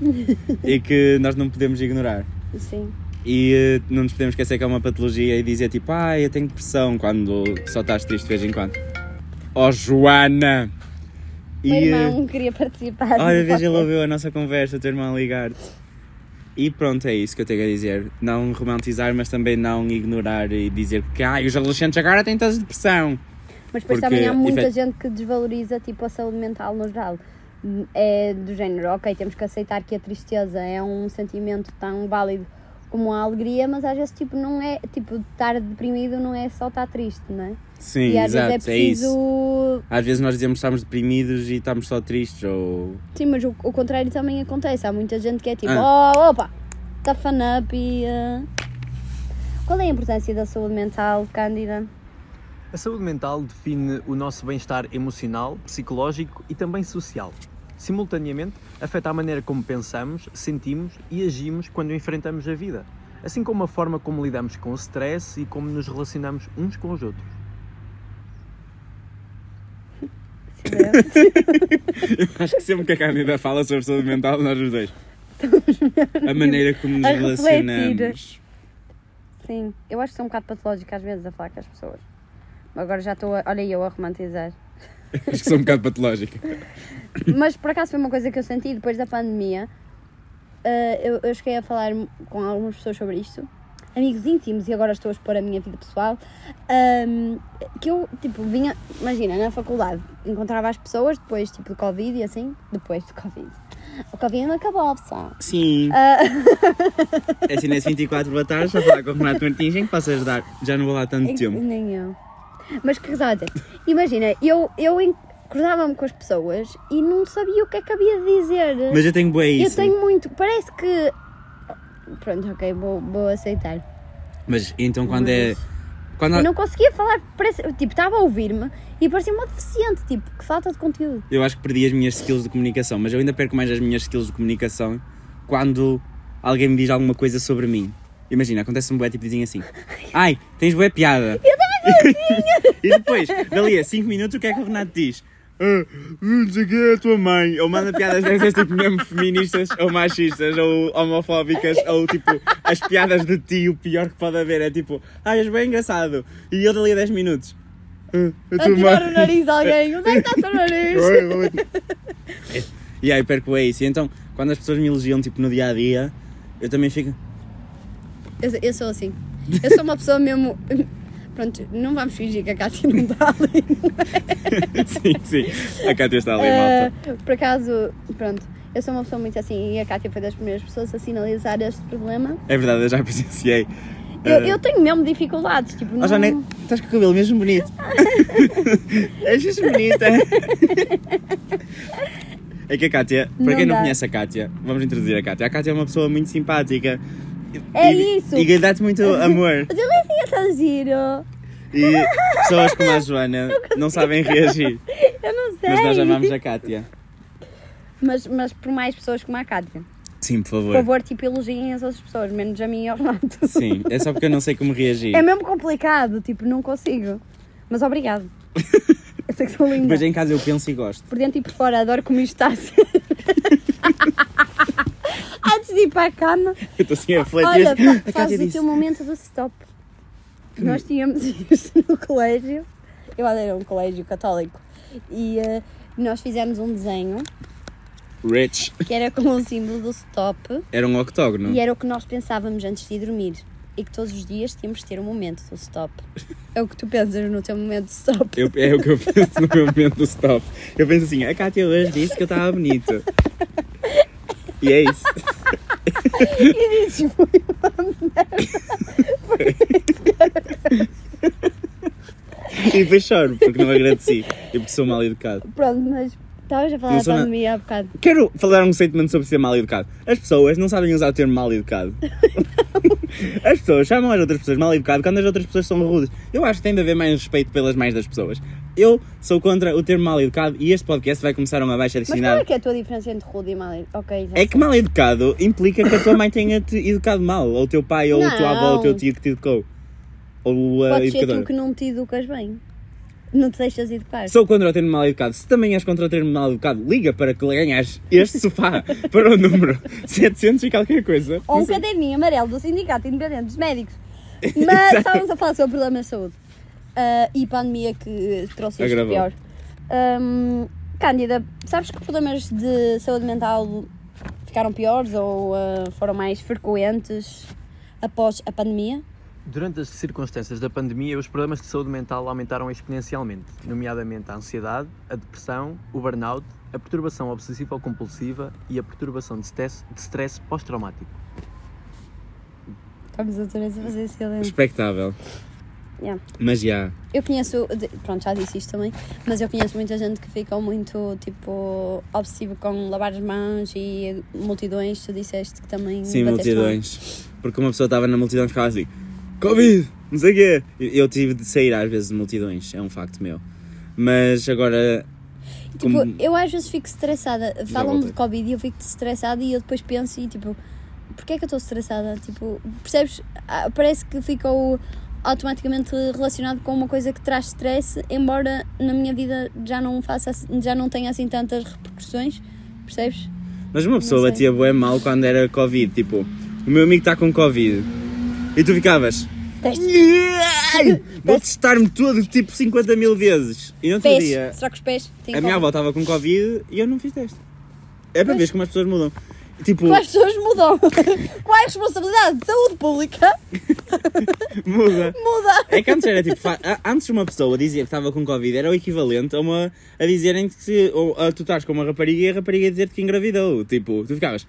S1: e que nós não podemos ignorar.
S2: Sim.
S1: E eh, não nos podemos esquecer que é uma patologia e dizer tipo, ah, eu tenho depressão quando só estás triste de vez em quando. Oh, Joana!
S2: O meu
S1: eh,
S2: irmão queria participar.
S1: Olha,
S2: do
S1: veja, ele
S2: podcast.
S1: ouviu a nossa conversa, o teu irmão a ligar-te. E pronto, é isso que eu tenho a dizer. Não romantizar, mas também não ignorar e dizer que ah, os adolescentes agora têm todas depressão.
S2: Mas depois
S1: Porque,
S2: também há muita
S1: efet-
S2: gente que desvaloriza tipo, a saúde mental no geral. É do género, ok, temos que aceitar que a tristeza é um sentimento tão válido como a alegria, mas às vezes tipo, não é, tipo, estar deprimido não é só estar triste, não é?
S1: Sim,
S2: e às
S1: exato,
S2: vezes é
S1: é isso.
S2: preciso.
S1: Às vezes nós dizemos que estamos deprimidos e estamos só tristes ou.
S2: Sim, mas o, o contrário também acontece. Há muita gente que é tipo,
S1: Ah.
S2: oh, opa, toughen up e. ah." Qual é a importância da saúde mental, Cândida?
S3: A saúde mental define o nosso bem-estar emocional, psicológico e também social. Simultaneamente, afeta a maneira como pensamos, sentimos e agimos quando enfrentamos a vida, assim como a forma como lidamos com o stress e como nos relacionamos uns com os outros.
S1: Acho que sempre que a Cândida fala sobre saúde mental, nós os dois. A maneira como nos
S2: a refletir.
S1: relacionamos.
S2: Sim, eu acho que sou um bocado patológica às vezes a falar com as pessoas. Agora já estou, a, olha eu, a romantizar.
S1: Acho que sou um bocado patológica.
S2: Mas por acaso foi uma coisa que eu senti depois da pandemia. Ah, eu, eu cheguei a falar com algumas pessoas sobre isto. amigos íntimos e agora estou a expor a minha vida pessoal, ahm, que eu, tipo, vinha, imagina, na faculdade, encontrava as pessoas depois, tipo, do Covid e assim, depois do Covid. O Covid não acabou, pessoal.
S1: Sim.
S2: Ah.
S1: É assim, nesse 24 da tarde, já falar com o Renato Martins, em que posso ajudar? Já não vou lá tanto
S2: É que-
S1: tempo.
S2: Nem eu. Mas que estava a dizer? Imagina, eu, eu en- cruzava-me com as pessoas e não sabia o que é que havia de dizer.
S1: Mas eu tenho boa
S2: eu
S1: isso.
S2: tenho muito. Parece que. Pronto, ok, vou, vou aceitar.
S1: Mas então quando é. Quando
S2: Eu
S1: há-
S2: não conseguia falar, parece, tipo, estava a ouvir-me e parecia uma deficiente, tipo, que falta de conteúdo.
S1: Eu acho que perdi as minhas skills de comunicação, mas eu ainda perco mais as minhas skills de comunicação quando alguém me diz alguma coisa sobre mim. Imagina, acontece um bué tipo dizem assim: Ai, tens bué piada. Eu também E depois, dali a 5 minutos, o que é que o Renato diz? Ah, não sei quem é a tua mãe. Ou manda piadas dessas tipo mesmo feministas, ou machistas, ou homofóbicas, ou tipo as piadas de ti, o pior que pode haver é tipo, ai, és bem engraçado. E eu dali a 10 minutos. "Ah, a
S2: A
S1: tua
S2: tirar
S1: mãe.
S2: o nariz de alguém, onde é que está o teu nariz?
S1: e aí perco é isso. E então, quando as pessoas me elogiam, tipo, no dia a dia, eu também fico.
S2: Eu, eu sou assim. Eu sou uma pessoa mesmo. Pronto, não vamos fingir que a Cátia não está ali.
S1: sim, sim. A Cátia está ali,
S2: Ah,
S1: malta.
S2: por acaso, pronto, eu sou uma pessoa muito assim e a Cátia foi das primeiras pessoas a sinalizar este problema.
S1: É verdade, eu já presenciei.
S2: Eu,
S1: Ah,
S2: eu tenho mesmo dificuldades, tipo, não.
S1: Oh, Joana, estás com o cabelo mesmo bonito. És mesmo bonita. É que a Kátia, para
S2: Não
S1: quem não
S2: dá.
S1: conhece a Kátia, vamos introduzir a Kátia. A Kátia é uma pessoa muito simpática.
S2: É
S1: e,
S2: isso.
S1: E que dá-te muito amor.
S2: Mas ele é assim, é tão giro.
S1: E pessoas como a Joana não sabem reagir.
S2: Eu não sei.
S1: Mas nós amamos a Kátia.
S2: Mas, mas por mais pessoas como a Cátia.
S1: Sim,
S2: Por favor, tipo, elogiem as outras pessoas, menos a mim e ao Renato.
S1: Sim, é só porque eu não sei como reagir.
S2: É mesmo complicado, tipo, não consigo. Mas obrigado. Eu sei que sou linda.
S1: Depois em casa eu penso e gosto.
S2: Por dentro e por fora, adoro como isto está a ser. Antes de ir para a cama,
S1: Eu estou assim a refletir.
S2: Olha, fa
S1: a
S2: fazes
S1: Cátia
S2: o
S1: disse.
S2: teu momento do stop. Nós tínhamos isto no colégio. Eu era um colégio católico. E eh, nós fizemos um desenho
S1: Rich.
S2: que era com o símbolo do stop
S1: Era um octógono.
S2: e era o que nós pensávamos antes de ir dormir. E que todos os dias tínhamos de ter um momento do stop. É o que tu pensas no teu momento do stop.
S1: Eu- é o que eu penso no meu momento do stop. Eu penso assim, a Cátia hoje disse que eu estava bonito. E é isso.
S2: E disse foi uma
S1: E depois choro, porque não agradeci. E porque sou mal educado.
S2: Pronto, mas estavas a
S1: Não
S2: falar
S1: sou
S2: da
S1: nada.
S2: pandemia há bocado.
S1: Quero falar um statement sobre ser mal educado. As pessoas não sabem usar o termo mal educado. As pessoas chamam as outras pessoas mal educado quando as outras pessoas são rudes. Eu acho que tem de haver mais respeito pelas mais das pessoas. Eu sou contra o termo mal educado e este podcast vai começar uma baixa
S2: Mas qual é
S1: assinada.
S2: que é a tua diferença entre rude e mal? Ok, já
S1: É que mal educado implica que a tua mãe tenha-te educado mal, ou o teu pai, ou a tua avó, ou o teu
S2: Não.
S1: tio que te educou. Ou uh, a
S2: Pode ser
S1: educadora.
S2: tu que não te educas bem. Não te deixas educar.
S1: Sou contra o termo mal educado. Se também és contra o termo mal educado, liga para que ganhas este sofá para o número 700 e qualquer coisa.
S2: Ou
S1: Não
S2: um
S1: sei.
S2: caderninho amarelo do Sindicato Independente dos Médicos. Mas estávamos a falar sobre problemas de saúde. Ah, e pandemia que trouxe isto
S1: Agravou.
S2: pior. Ahm, Cândida, sabes que problemas de saúde mental ficaram piores ou ah, foram mais frequentes após a pandemia?
S3: Durante as circunstâncias da pandemia, os problemas de saúde mental aumentaram exponencialmente, nomeadamente a ansiedade, a depressão, o burnout, a perturbação obsessiva-compulsiva e a perturbação de stress, de stress pós-traumático.
S2: Estamos a ter a fazer silêncio.
S1: Respectável.
S2: Yeah.
S1: Mas já.
S2: Eu conheço, de- pronto, já disse isto também, mas eu conheço muita gente que ficam muito, tipo, obsessivo com lavar as mãos e multidões, tu disseste que também
S1: Sim,
S2: bateste
S1: multidões. Porque uma pessoa estava na multidão e ficava assim: Covid, não sei o quê. Eu- Eu tive de sair às vezes de multidões, é um facto meu. Mas agora.
S2: mal. Tipo,
S1: como-
S2: eu às vezes fico estressada, falam-me
S1: voltei.
S2: de Covid e eu fico estressada e eu depois penso e, tipo, porquê é que eu estou estressada? Tipo, percebes? Ah, Parece que ficou automaticamente relacionado com uma coisa que traz stress, embora na minha vida já não faça, assim- já não tenha assim tantas repercussões, percebes?
S1: Mas uma pessoa
S2: sei.
S1: batia bué mal quando era Covid. Tipo, o meu amigo está com Covid. E tu ficavas.
S2: Teste.
S1: "Ai, Vou testar-me todo tipo 50 mil vezes. E no outro
S2: Pés,
S1: dia,
S2: será que os pés? têm
S1: a minha
S2: Covid?
S1: avó estava com Covid e eu não fiz teste. É para
S2: Pois.
S1: ver como as pessoas mudam. Tipo,
S2: Quais pessoas mudam? Qual é a responsabilidade? Saúde pública
S1: muda.
S2: muda.
S1: É que antes era tipo, fa- a- antes uma pessoa dizia que estava com Covid era o equivalente a uma a dizerem que ou, a, tu estás com uma rapariga e a rapariga dizer-te que engravidou. Tipo, tu ficavas.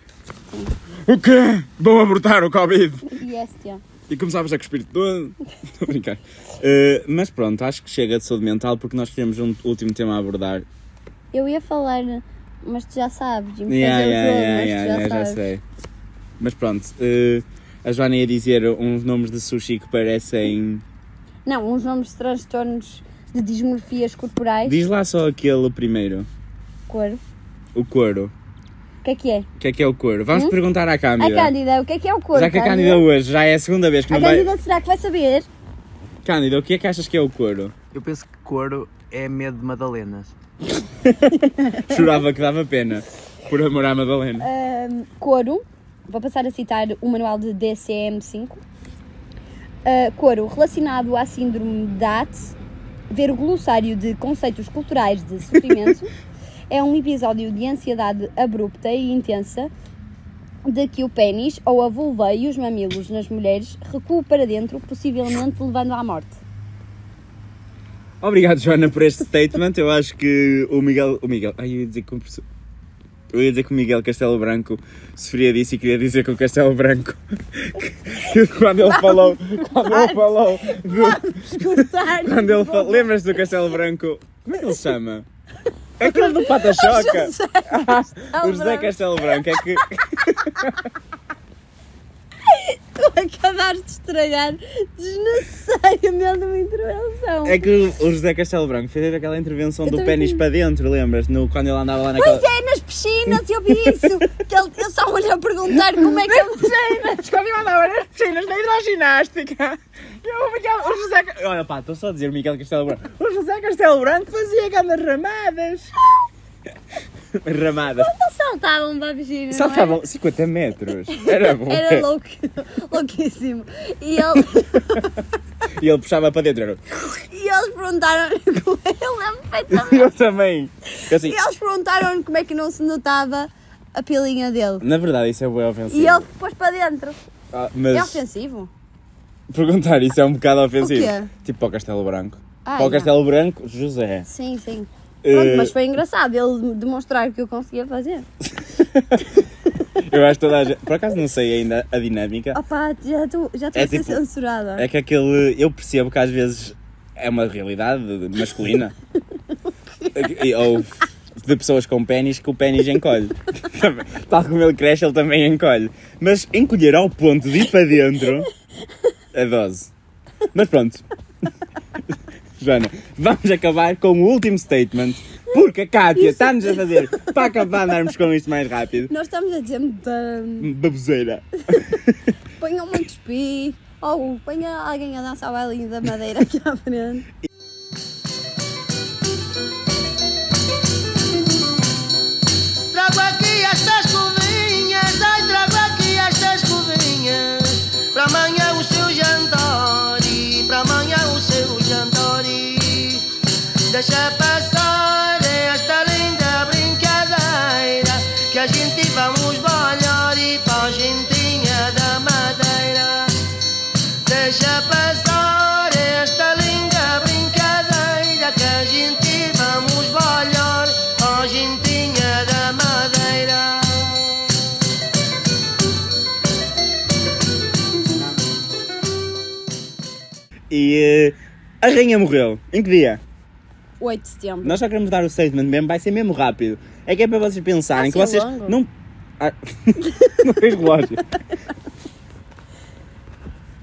S1: O quê? Vão abortar o Covid!
S2: Yes, tia.
S1: E começavas a cuspir todo. Estou a brincar. Eh, mas pronto, acho que chega de saúde mental porque nós queremos um último tema a abordar.
S2: Eu ia falar, mas tu já sabes. e me
S1: Yeah,
S2: fazer o
S1: yeah,
S2: jogo,
S1: yeah,
S2: mas tu
S1: yeah,
S2: já
S1: yeah, já
S2: sabes.
S1: sei. Mas pronto, eh, a Joana ia dizer uns nomes de sushi que parecem.
S2: Não, uns nomes de transtornos de dismorfias corporais.
S1: Diz lá só aquele primeiro.
S2: Cor.
S1: O couro.
S2: O que é que é?
S1: O que é que é o couro? Vamos
S2: Hum?
S1: perguntar à
S2: A
S1: Cândida.
S2: Cândida, o que é que é o cor?
S1: já que a Cândida hoje já é a segunda vez que
S2: A
S1: não vai.
S2: Cândida será que vai saber?
S1: Cândida, o que é que achas que é o couro?
S3: Eu penso que couro é medo de Madalenas.
S1: Chorava que dava pena. Por amor à Madalena.
S2: Ahm, coro, vou passar a citar o manual de DCM-5. Ah, coro, relacionado à síndrome de DAT, ver o glossário de conceitos culturais de sofrimento, é um episódio de ansiedade abrupta e intensa de que o pênis ou a vulva e os mamilos nas mulheres recuam para dentro, possivelmente levando à morte.
S1: Obrigado, Joana, por este statement. Eu acho que o Miguel. O Miguel. Ai, eu ia dizer que o professor- Eu ia dizer que o Miguel Castelo Branco sofria disso e queria dizer que o Castelo Branco. que quando ele falou. Quando ele falou. do-
S2: Escutar!
S1: Quando ele falou. Lembras-te do Castelo Branco? Como é que ele se chama? É aquele do Pata Choca! o José
S2: Branco.
S1: Castelo Branco é que.
S2: Acabaste de estragar desnecessariamente uma intervenção.
S1: É que o José Castelo Branco fez aquela intervenção
S2: Eu
S1: do
S2: também
S1: pênis
S2: tenho.
S1: para dentro, lembras? No, quando ele andava lá naquela.
S2: Pois é, nas piscinas, eu vi isso. Que ele, ele só olhou a perguntar como é que ele.
S1: piscinas, quando eu andava nas piscinas da hidroginástica. Eu, o Miguel, o José. Ca- Olha, pá, estou só a dizer o Miguel Castelo Branco. O José Castelo Branco fazia grandes ramadas. ramadas.
S2: Eles saltavam para a piscina. não era?
S1: Saltavam 50 metros. Era bom.
S2: é? Era louco, louquíssimo. E, ele,
S1: E ele puxava para dentro. era-
S2: e eles é perguntaram. Eu lembro perfeitamente.
S1: Eu também. Eu assim,
S2: E eles perguntaram como é que não se notava a pilinha dele.
S1: na verdade, isso é bem ofensivo.
S2: E ele pôs para dentro.
S1: Ah,
S2: É
S1: mas
S2: ofensivo?
S1: perguntar isso é um bocado ofensivo.
S2: O quê?
S1: Tipo para o Castelo Branco.
S2: Ah,
S1: para o
S2: já.
S1: Castelo Branco, José.
S2: Sim, sim. Pronto,
S1: Eh,
S2: mas foi engraçado ele demonstrar que eu conseguia fazer.
S1: Eu acho que toda a gente. Por acaso não sei ainda a dinâmica.
S2: Opa, já estou já estou
S1: É
S2: a ser
S1: tipo-
S2: censurada.
S1: É que aquele. Eu percebo que às vezes é uma realidade masculina. E- Ou de pessoas com pênis que o pênis encolhe. Também. Tal como ele cresce, ele também encolhe. Mas encolher ao ponto de ir para dentro é dose. Mas pronto. Joana, vamos acabar com o último statement. Porque a Kátia está-nos a fazer para acabar andarmos com isto mais rápido.
S2: Nós estamos a dizer muita-
S1: Baboseira.
S2: ponham muitos pi, ou ponha alguém a dançar o bailinho da madeira aqui à frente.
S4: Trago aqui estas covinhas, ai, trago aqui estas covinhas. Para amanhã o seu jantar, e para amanhã o seu jantar. e Deixa passar esta linda brincadeira, que a gente vamos balhar e para a gentinha da madeira. Deixa passar esta linda brincadeira que a gente vamos balhar a gentinha da madeira.
S1: E eh, a rainha morreu. Em que dia?
S2: 8 de setembro.
S1: Nós só queremos dar o statement mesmo, vai ser mesmo rápido. É que é para vocês pensarem
S2: Ah,
S1: que
S2: sim, é
S1: vocês
S2: longo.
S1: não. Ah, não fez relógio.
S2: Está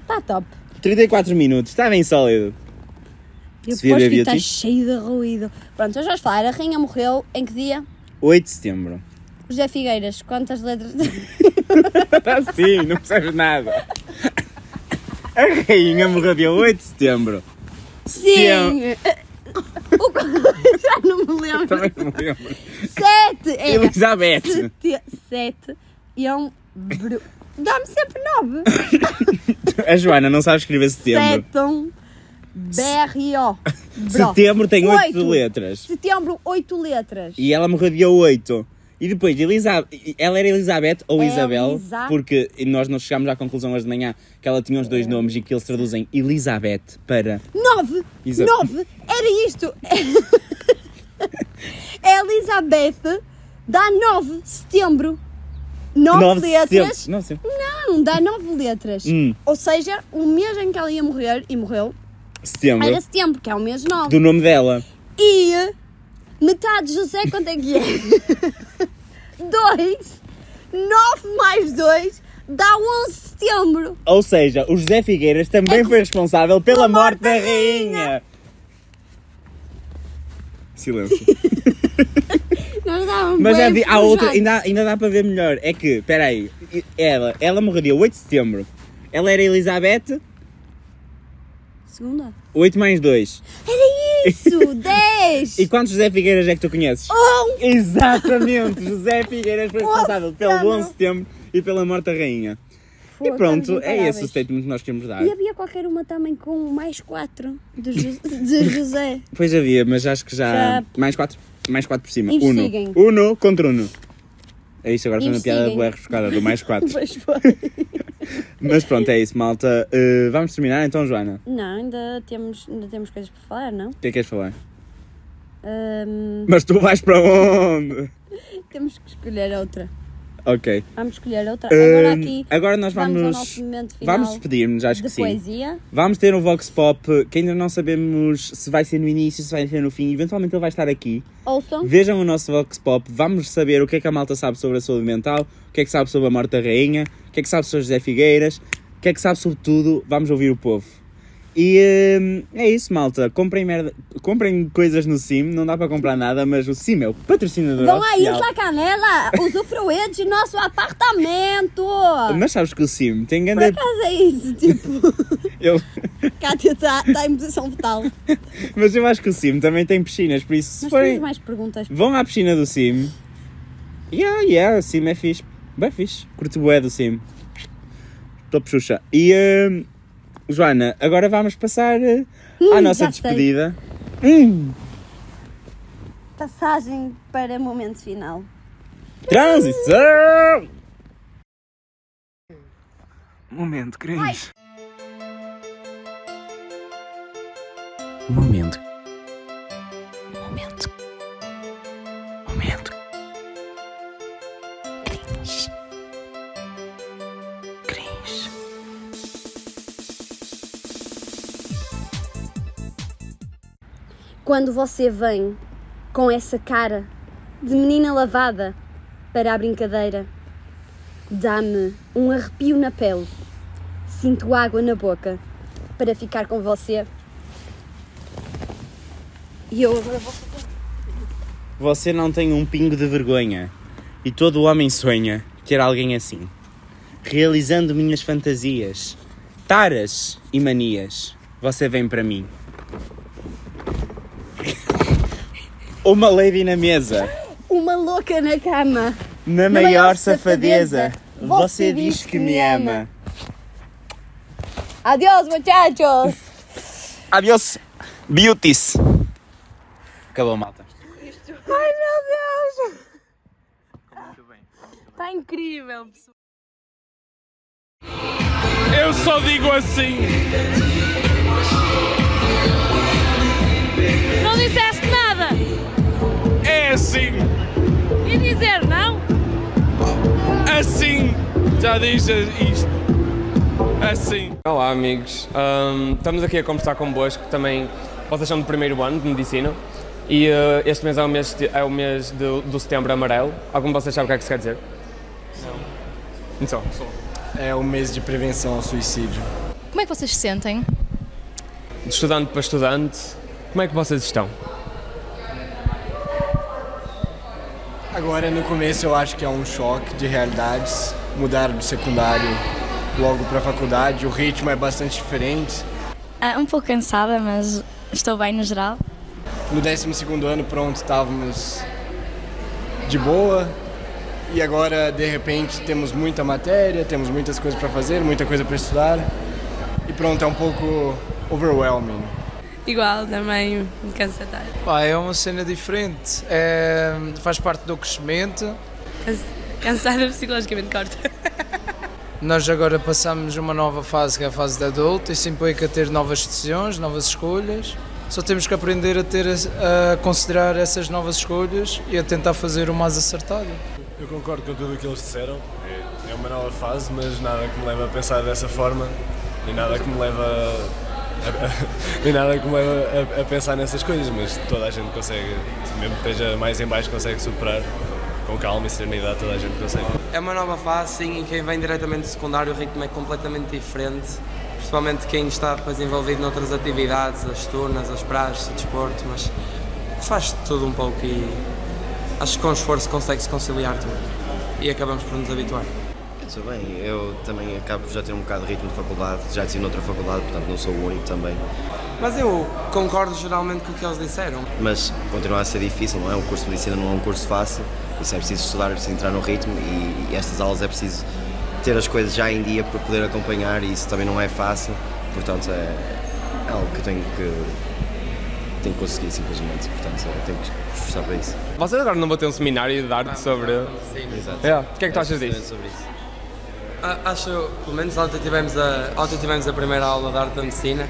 S2: Tá top.
S1: 34 minutos, está bem sólido.
S2: Eu
S1: Se vier
S2: aposto
S1: a
S2: que
S1: Beatriz.
S2: está cheio de ruído. Pronto, hoje vais falar. A rainha morreu em que dia?
S1: 8 de setembro.
S2: José Figueiras, quantas letras?
S1: Está assim, não percebes nada. A rainha morreu dia 8 de setembro.
S2: Sim! O qu- Já não me lembro.
S1: Também não me lembro.
S2: É. Sete! É. Era
S1: Elizabeth.
S2: sete- Sete. E é um. bru- Dá-me sempre nove.
S1: A Joana não sabe escrever setembro.
S2: Setum. B-R-O. um Bro.
S1: Setembro tem 8
S2: Oito.
S1: letras.
S2: Setembro, oito letras.
S1: E ela morreu dia 8. E depois, Elisa- ela era Elizabeth ou
S2: É
S1: Isabel,
S2: Elisa-
S1: porque nós não chegámos à conclusão hoje de manhã que ela tinha os dois nomes e que eles traduzem Elizabeth para.
S2: Nove!
S1: Isa-
S2: Nove! Era isto! Elizabeth dá nove setembro. Nove, letras. Ah,
S1: setembro. Não, sim.
S2: Não, dá nove letras.
S1: Hum.
S2: Ou seja, o mês em que ela ia morrer, e morreu,
S1: Setembro.
S2: era setembro, que é o mês nove.
S1: Do nome dela.
S2: E metade de José, quanto é que é? 2. 9 mais 2 dá 11 de setembro.
S1: Ou seja, o José Figueiras também foi responsável É pela morte da rainha. Silêncio.
S2: Nós dávamos
S1: Mas
S2: bué
S1: já vi- há outra,
S2: festejados.
S1: ainda, ainda dá para ver melhor. É que, peraí, ela, ela morreria 8 de setembro. Ela era Elizabeth,
S2: Segunda.
S1: 8 mais 2.
S2: Era isso! 10!
S1: E quantos José Figueiras é que tu conheces?
S2: Um!
S1: Exatamente, José Figueiras foi responsável pelo
S2: Nossa,
S1: 11 de setembro e pela morte da rainha. E
S2: Fogo,
S1: pronto,
S2: estamos
S1: é esse o
S2: imparáveis.
S1: statement que nós queremos dar.
S2: E havia qualquer uma também com mais 4 de, Ju- de José.
S1: Pois havia, mas acho que já.
S2: Já-
S1: Mais quatro. Mais quatro por cima.
S2: Investiguem.
S1: Uno. Uno contra Uno. É isso, agora foi uma piada
S2: Investiguem.
S1: boa refrescada do mais quatro.
S2: Pois foi.
S1: mas pronto, é isso, malta. Uh, vamos terminar então, Joana.
S2: Não, ainda temos, ainda temos coisas para falar, não?
S1: O que é que queres falar?
S2: Ahm,
S1: Mas tu vais para onde?
S2: temos que escolher outra.
S1: Ok.
S2: Vamos escolher outra. Agora
S1: Hum,
S2: aqui.
S1: agora nós
S2: vamos
S1: vamos.
S2: ao nosso momento final
S1: vamos despedir-nos, acho
S2: de
S1: que sim.
S2: poesia.
S1: Vamos ter um Vox Pop que ainda não sabemos se vai ser no início, se vai ser no fim. Eventualmente ele vai estar aqui.
S2: Ouçam.
S1: Vejam o nosso Vox Pop, vamos saber o que é que a malta sabe sobre a saúde mental, o que é que sabe sobre a morte da rainha, o que é que sabe sobre José Figueiras, o que é que sabe sobre tudo, vamos ouvir o povo. E hum, é isso, malta. Comprem, merda, comprem coisas no Sim, não dá para comprar nada, mas o Sim é o patrocinador.
S2: Vão à
S1: oficial.
S2: Isla Canela usufruir de nosso apartamento.
S1: Mas sabes que o Sim tem
S2: Por
S1: grande.
S2: acaso é isso, tipo,
S1: Eu...
S2: Cátia está tá em posição fetal.
S1: Mas eu acho que o Sim também tem piscinas, por isso se
S2: Mas
S1: forem.
S2: temos mais perguntas.
S1: Vão à piscina do Sim. Yeah, yeah, o Sim é fixe. Bem fixe. Curto bué do Sim. Top Xuxa. E, hum, Joana, agora vamos passar eh, à
S2: Hum,
S1: nossa
S2: já sei.
S1: despedida.
S2: Passagem para momento final.
S1: Transição!
S3: Momento, queridos.
S5: Momento. Momento. Momento. Cringe. Cringe.
S2: Quando você vem com essa cara de menina lavada para a brincadeira, dá-me um arrepio na pele. Sinto água na boca para ficar com você. E eu agora vou
S1: Você não tem um pingo de vergonha. E todo homem sonha ter alguém assim. Realizando minhas fantasias, taras e manias, você vem para mim. Uma lady na mesa,
S2: uma louca na cama.
S1: na,
S2: maior
S1: maior, safadeza,
S2: safadeza,
S1: você diz que me ama.
S2: Adiós, muchachos!
S1: Adiós, beauties. Acabou, malta.
S2: Está incrível, pessoal.
S6: Eu só digo assim.
S7: Não disseste nada!
S6: É assim.
S7: E dizer não?
S6: Assim. Já diz isto. Assim.
S8: Olá, amigos. Ahm, estamos aqui a conversar convosco. Também vocês são do primeiro ano de medicina e eh, este mês é o mês, de- é o mês de- do setembro amarelo. Algum de vocês sabe o que é que isso quer dizer? Não. Não.
S9: É o mês de prevenção ao suicídio.
S7: Como é que vocês se sentem?
S8: De estudante para estudante, como é que vocês estão?
S9: Agora, no começo, eu acho que é um choque de realidades. Mudar do secundário logo para a faculdade, o ritmo é bastante diferente.
S10: Ah, um pouco cansada, mas estou bem no geral.
S9: No 12º ano, pronto, estávamos de boa. E agora, de repente, temos muita matéria, temos muitas coisas para fazer, muita coisa para estudar. E pronto, é um pouco overwhelming.
S7: Igual, também me cansa tarde.
S11: Pá, é uma cena diferente, é, faz parte do crescimento,
S12: Cansada psicologicamente, corta.
S11: Nós agora passamos uma nova fase, que é a fase de adulto, isso implica ter novas decisões, novas escolhas. Só temos que aprender a, ter, a considerar essas novas escolhas e a tentar fazer o mais acertado.
S13: Eu concordo com tudo o que eles disseram. É- É uma nova fase, mas nada que me leva a pensar dessa forma e nada que me leva a, a- e nada que me leva a, a pensar nessas coisas. Mas toda a gente consegue, mesmo que esteja mais em baixo, consegue superar com calma e serenidade. Toda a gente consegue.
S14: É uma nova fase, sim, em quem vem diretamente do secundário o ritmo é completamente diferente, principalmente quem está depois envolvido noutras atividades, as turnas, as praças, o desporto, mas faz tudo um pouco e acho que com esforço consegue-se conciliar tudo e acabamos por nos habituar.
S9: Tudo bem, eu também acabo por já ter um bocado de ritmo de faculdade, já estive noutra faculdade, portanto não sou o único também.
S14: Mas eu concordo geralmente com o que eles disseram.
S9: Mas continua a ser difícil, não é? O curso de medicina não é um curso fácil, isso é preciso estudar, é preciso entrar no ritmo e, e estas aulas é preciso ter as coisas já em dia para poder acompanhar e isso também não é fácil, portanto é, é algo que eu tenho que, tenho que conseguir simplesmente, portanto eu tenho que esforçar para isso.
S8: Vocês agora não vão ter um seminário de arte sobre.
S14: Sim, exato.
S8: É, O que é que tu achas disso?
S14: Ah, Acho, pelo menos ontem tivemos, a, ontem tivemos a primeira aula de arte da medicina.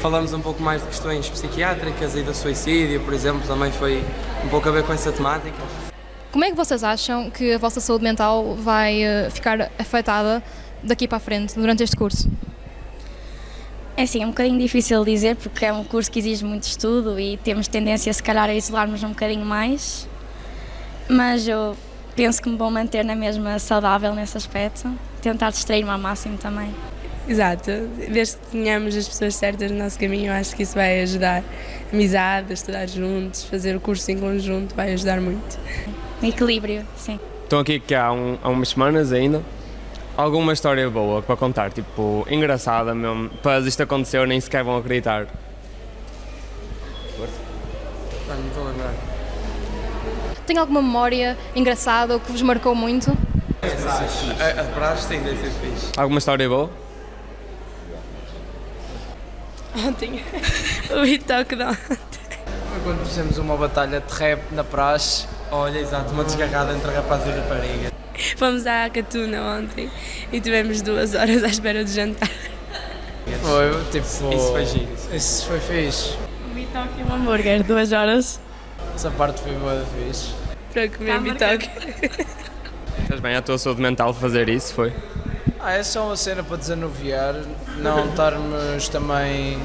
S14: Falamos um pouco mais de questões psiquiátricas e do suicídio, por exemplo, também foi um pouco a ver com essa temática.
S12: Como é que vocês acham que a vossa saúde mental vai eh, ficar afetada daqui para a frente, durante este curso?
S10: É assim, é um bocadinho difícil dizer porque é um curso que exige muito estudo e temos tendência, se calhar, a isolar-nos um bocadinho mais. Mas eu penso que me vou manter na mesma saudável nesse aspecto. Tentar distrair-me ao máximo também.
S4: Exato, desde que tenhamos as pessoas certas no nosso caminho, acho que isso vai ajudar. Amizade, estudar juntos, fazer o curso em conjunto, vai ajudar muito.
S10: Um Equilíbrio, sim.
S8: Estão aqui que há, um- há umas semanas ainda. Alguma história boa para contar, tipo, engraçada mesmo. Pois isto aconteceu, nem sequer vão acreditar.
S14: Bem, não vou lembrar.
S12: Tem alguma memória engraçada ou que vos marcou muito?
S14: A, a praxe sim, deve ser fixe.
S8: Alguma história boa?
S4: Ontem, o bitoque de ontem.
S11: Quando fizemos uma batalha de rap na praxe.
S14: Olha, exato, uma desgarrada entre rapaz e rapariga.
S4: Fomos à Catuna ontem e tivemos duas horas à espera do jantar.
S11: Foi, tipo.
S14: Isso foi giro.
S11: Isso foi fixe.
S4: Bitoque
S11: Um hambúrguer, duas horas. Essa parte foi boa, fixe.
S4: Para
S12: Tá
S4: comer bitoque.
S8: Estás bem, a tua saúde mental fazer isso, foi?
S11: Ah, é só uma cena para desanuviar, não estarmos também.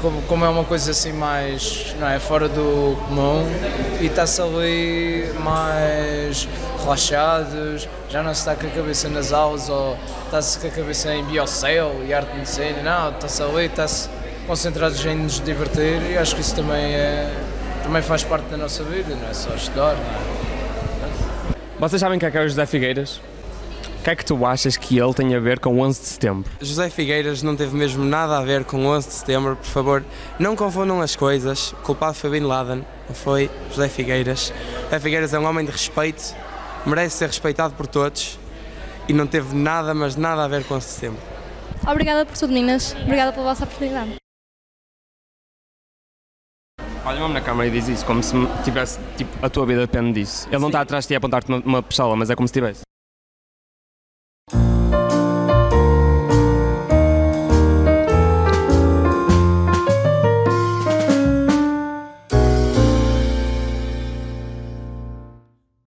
S11: Como, como é uma coisa assim mais. não é? Fora do comum e está-se ali mais relaxados, já não se está com a cabeça nas aulas ou está-se com a cabeça em biocel e arte de medicina, não, está-se ali, está-se concentrados em nos divertir e acho que isso também é. também faz parte da nossa vida, não é só estudar, não é?
S8: Vocês sabem quem é que é o José Figueiras? O que é que tu achas que ele tem a ver com o 11 de setembro?
S14: José Figueiras não teve mesmo nada a ver com o 11 de setembro, por favor, não confundam as coisas. O culpado foi Bin Laden, não foi José Figueiras. José Figueiras é um homem de respeito, merece ser respeitado por todos e não teve nada, mas nada a ver com 11 de setembro.
S12: Obrigada por tudo, meninas. Obrigada pela vossa oportunidade.
S8: Olha-me na câmara e diz isso, como se tivesse, tipo, a tua vida depende disso. Ele não está atrás de ti a apontar-te uma, uma pistola, mas é como se tivesse.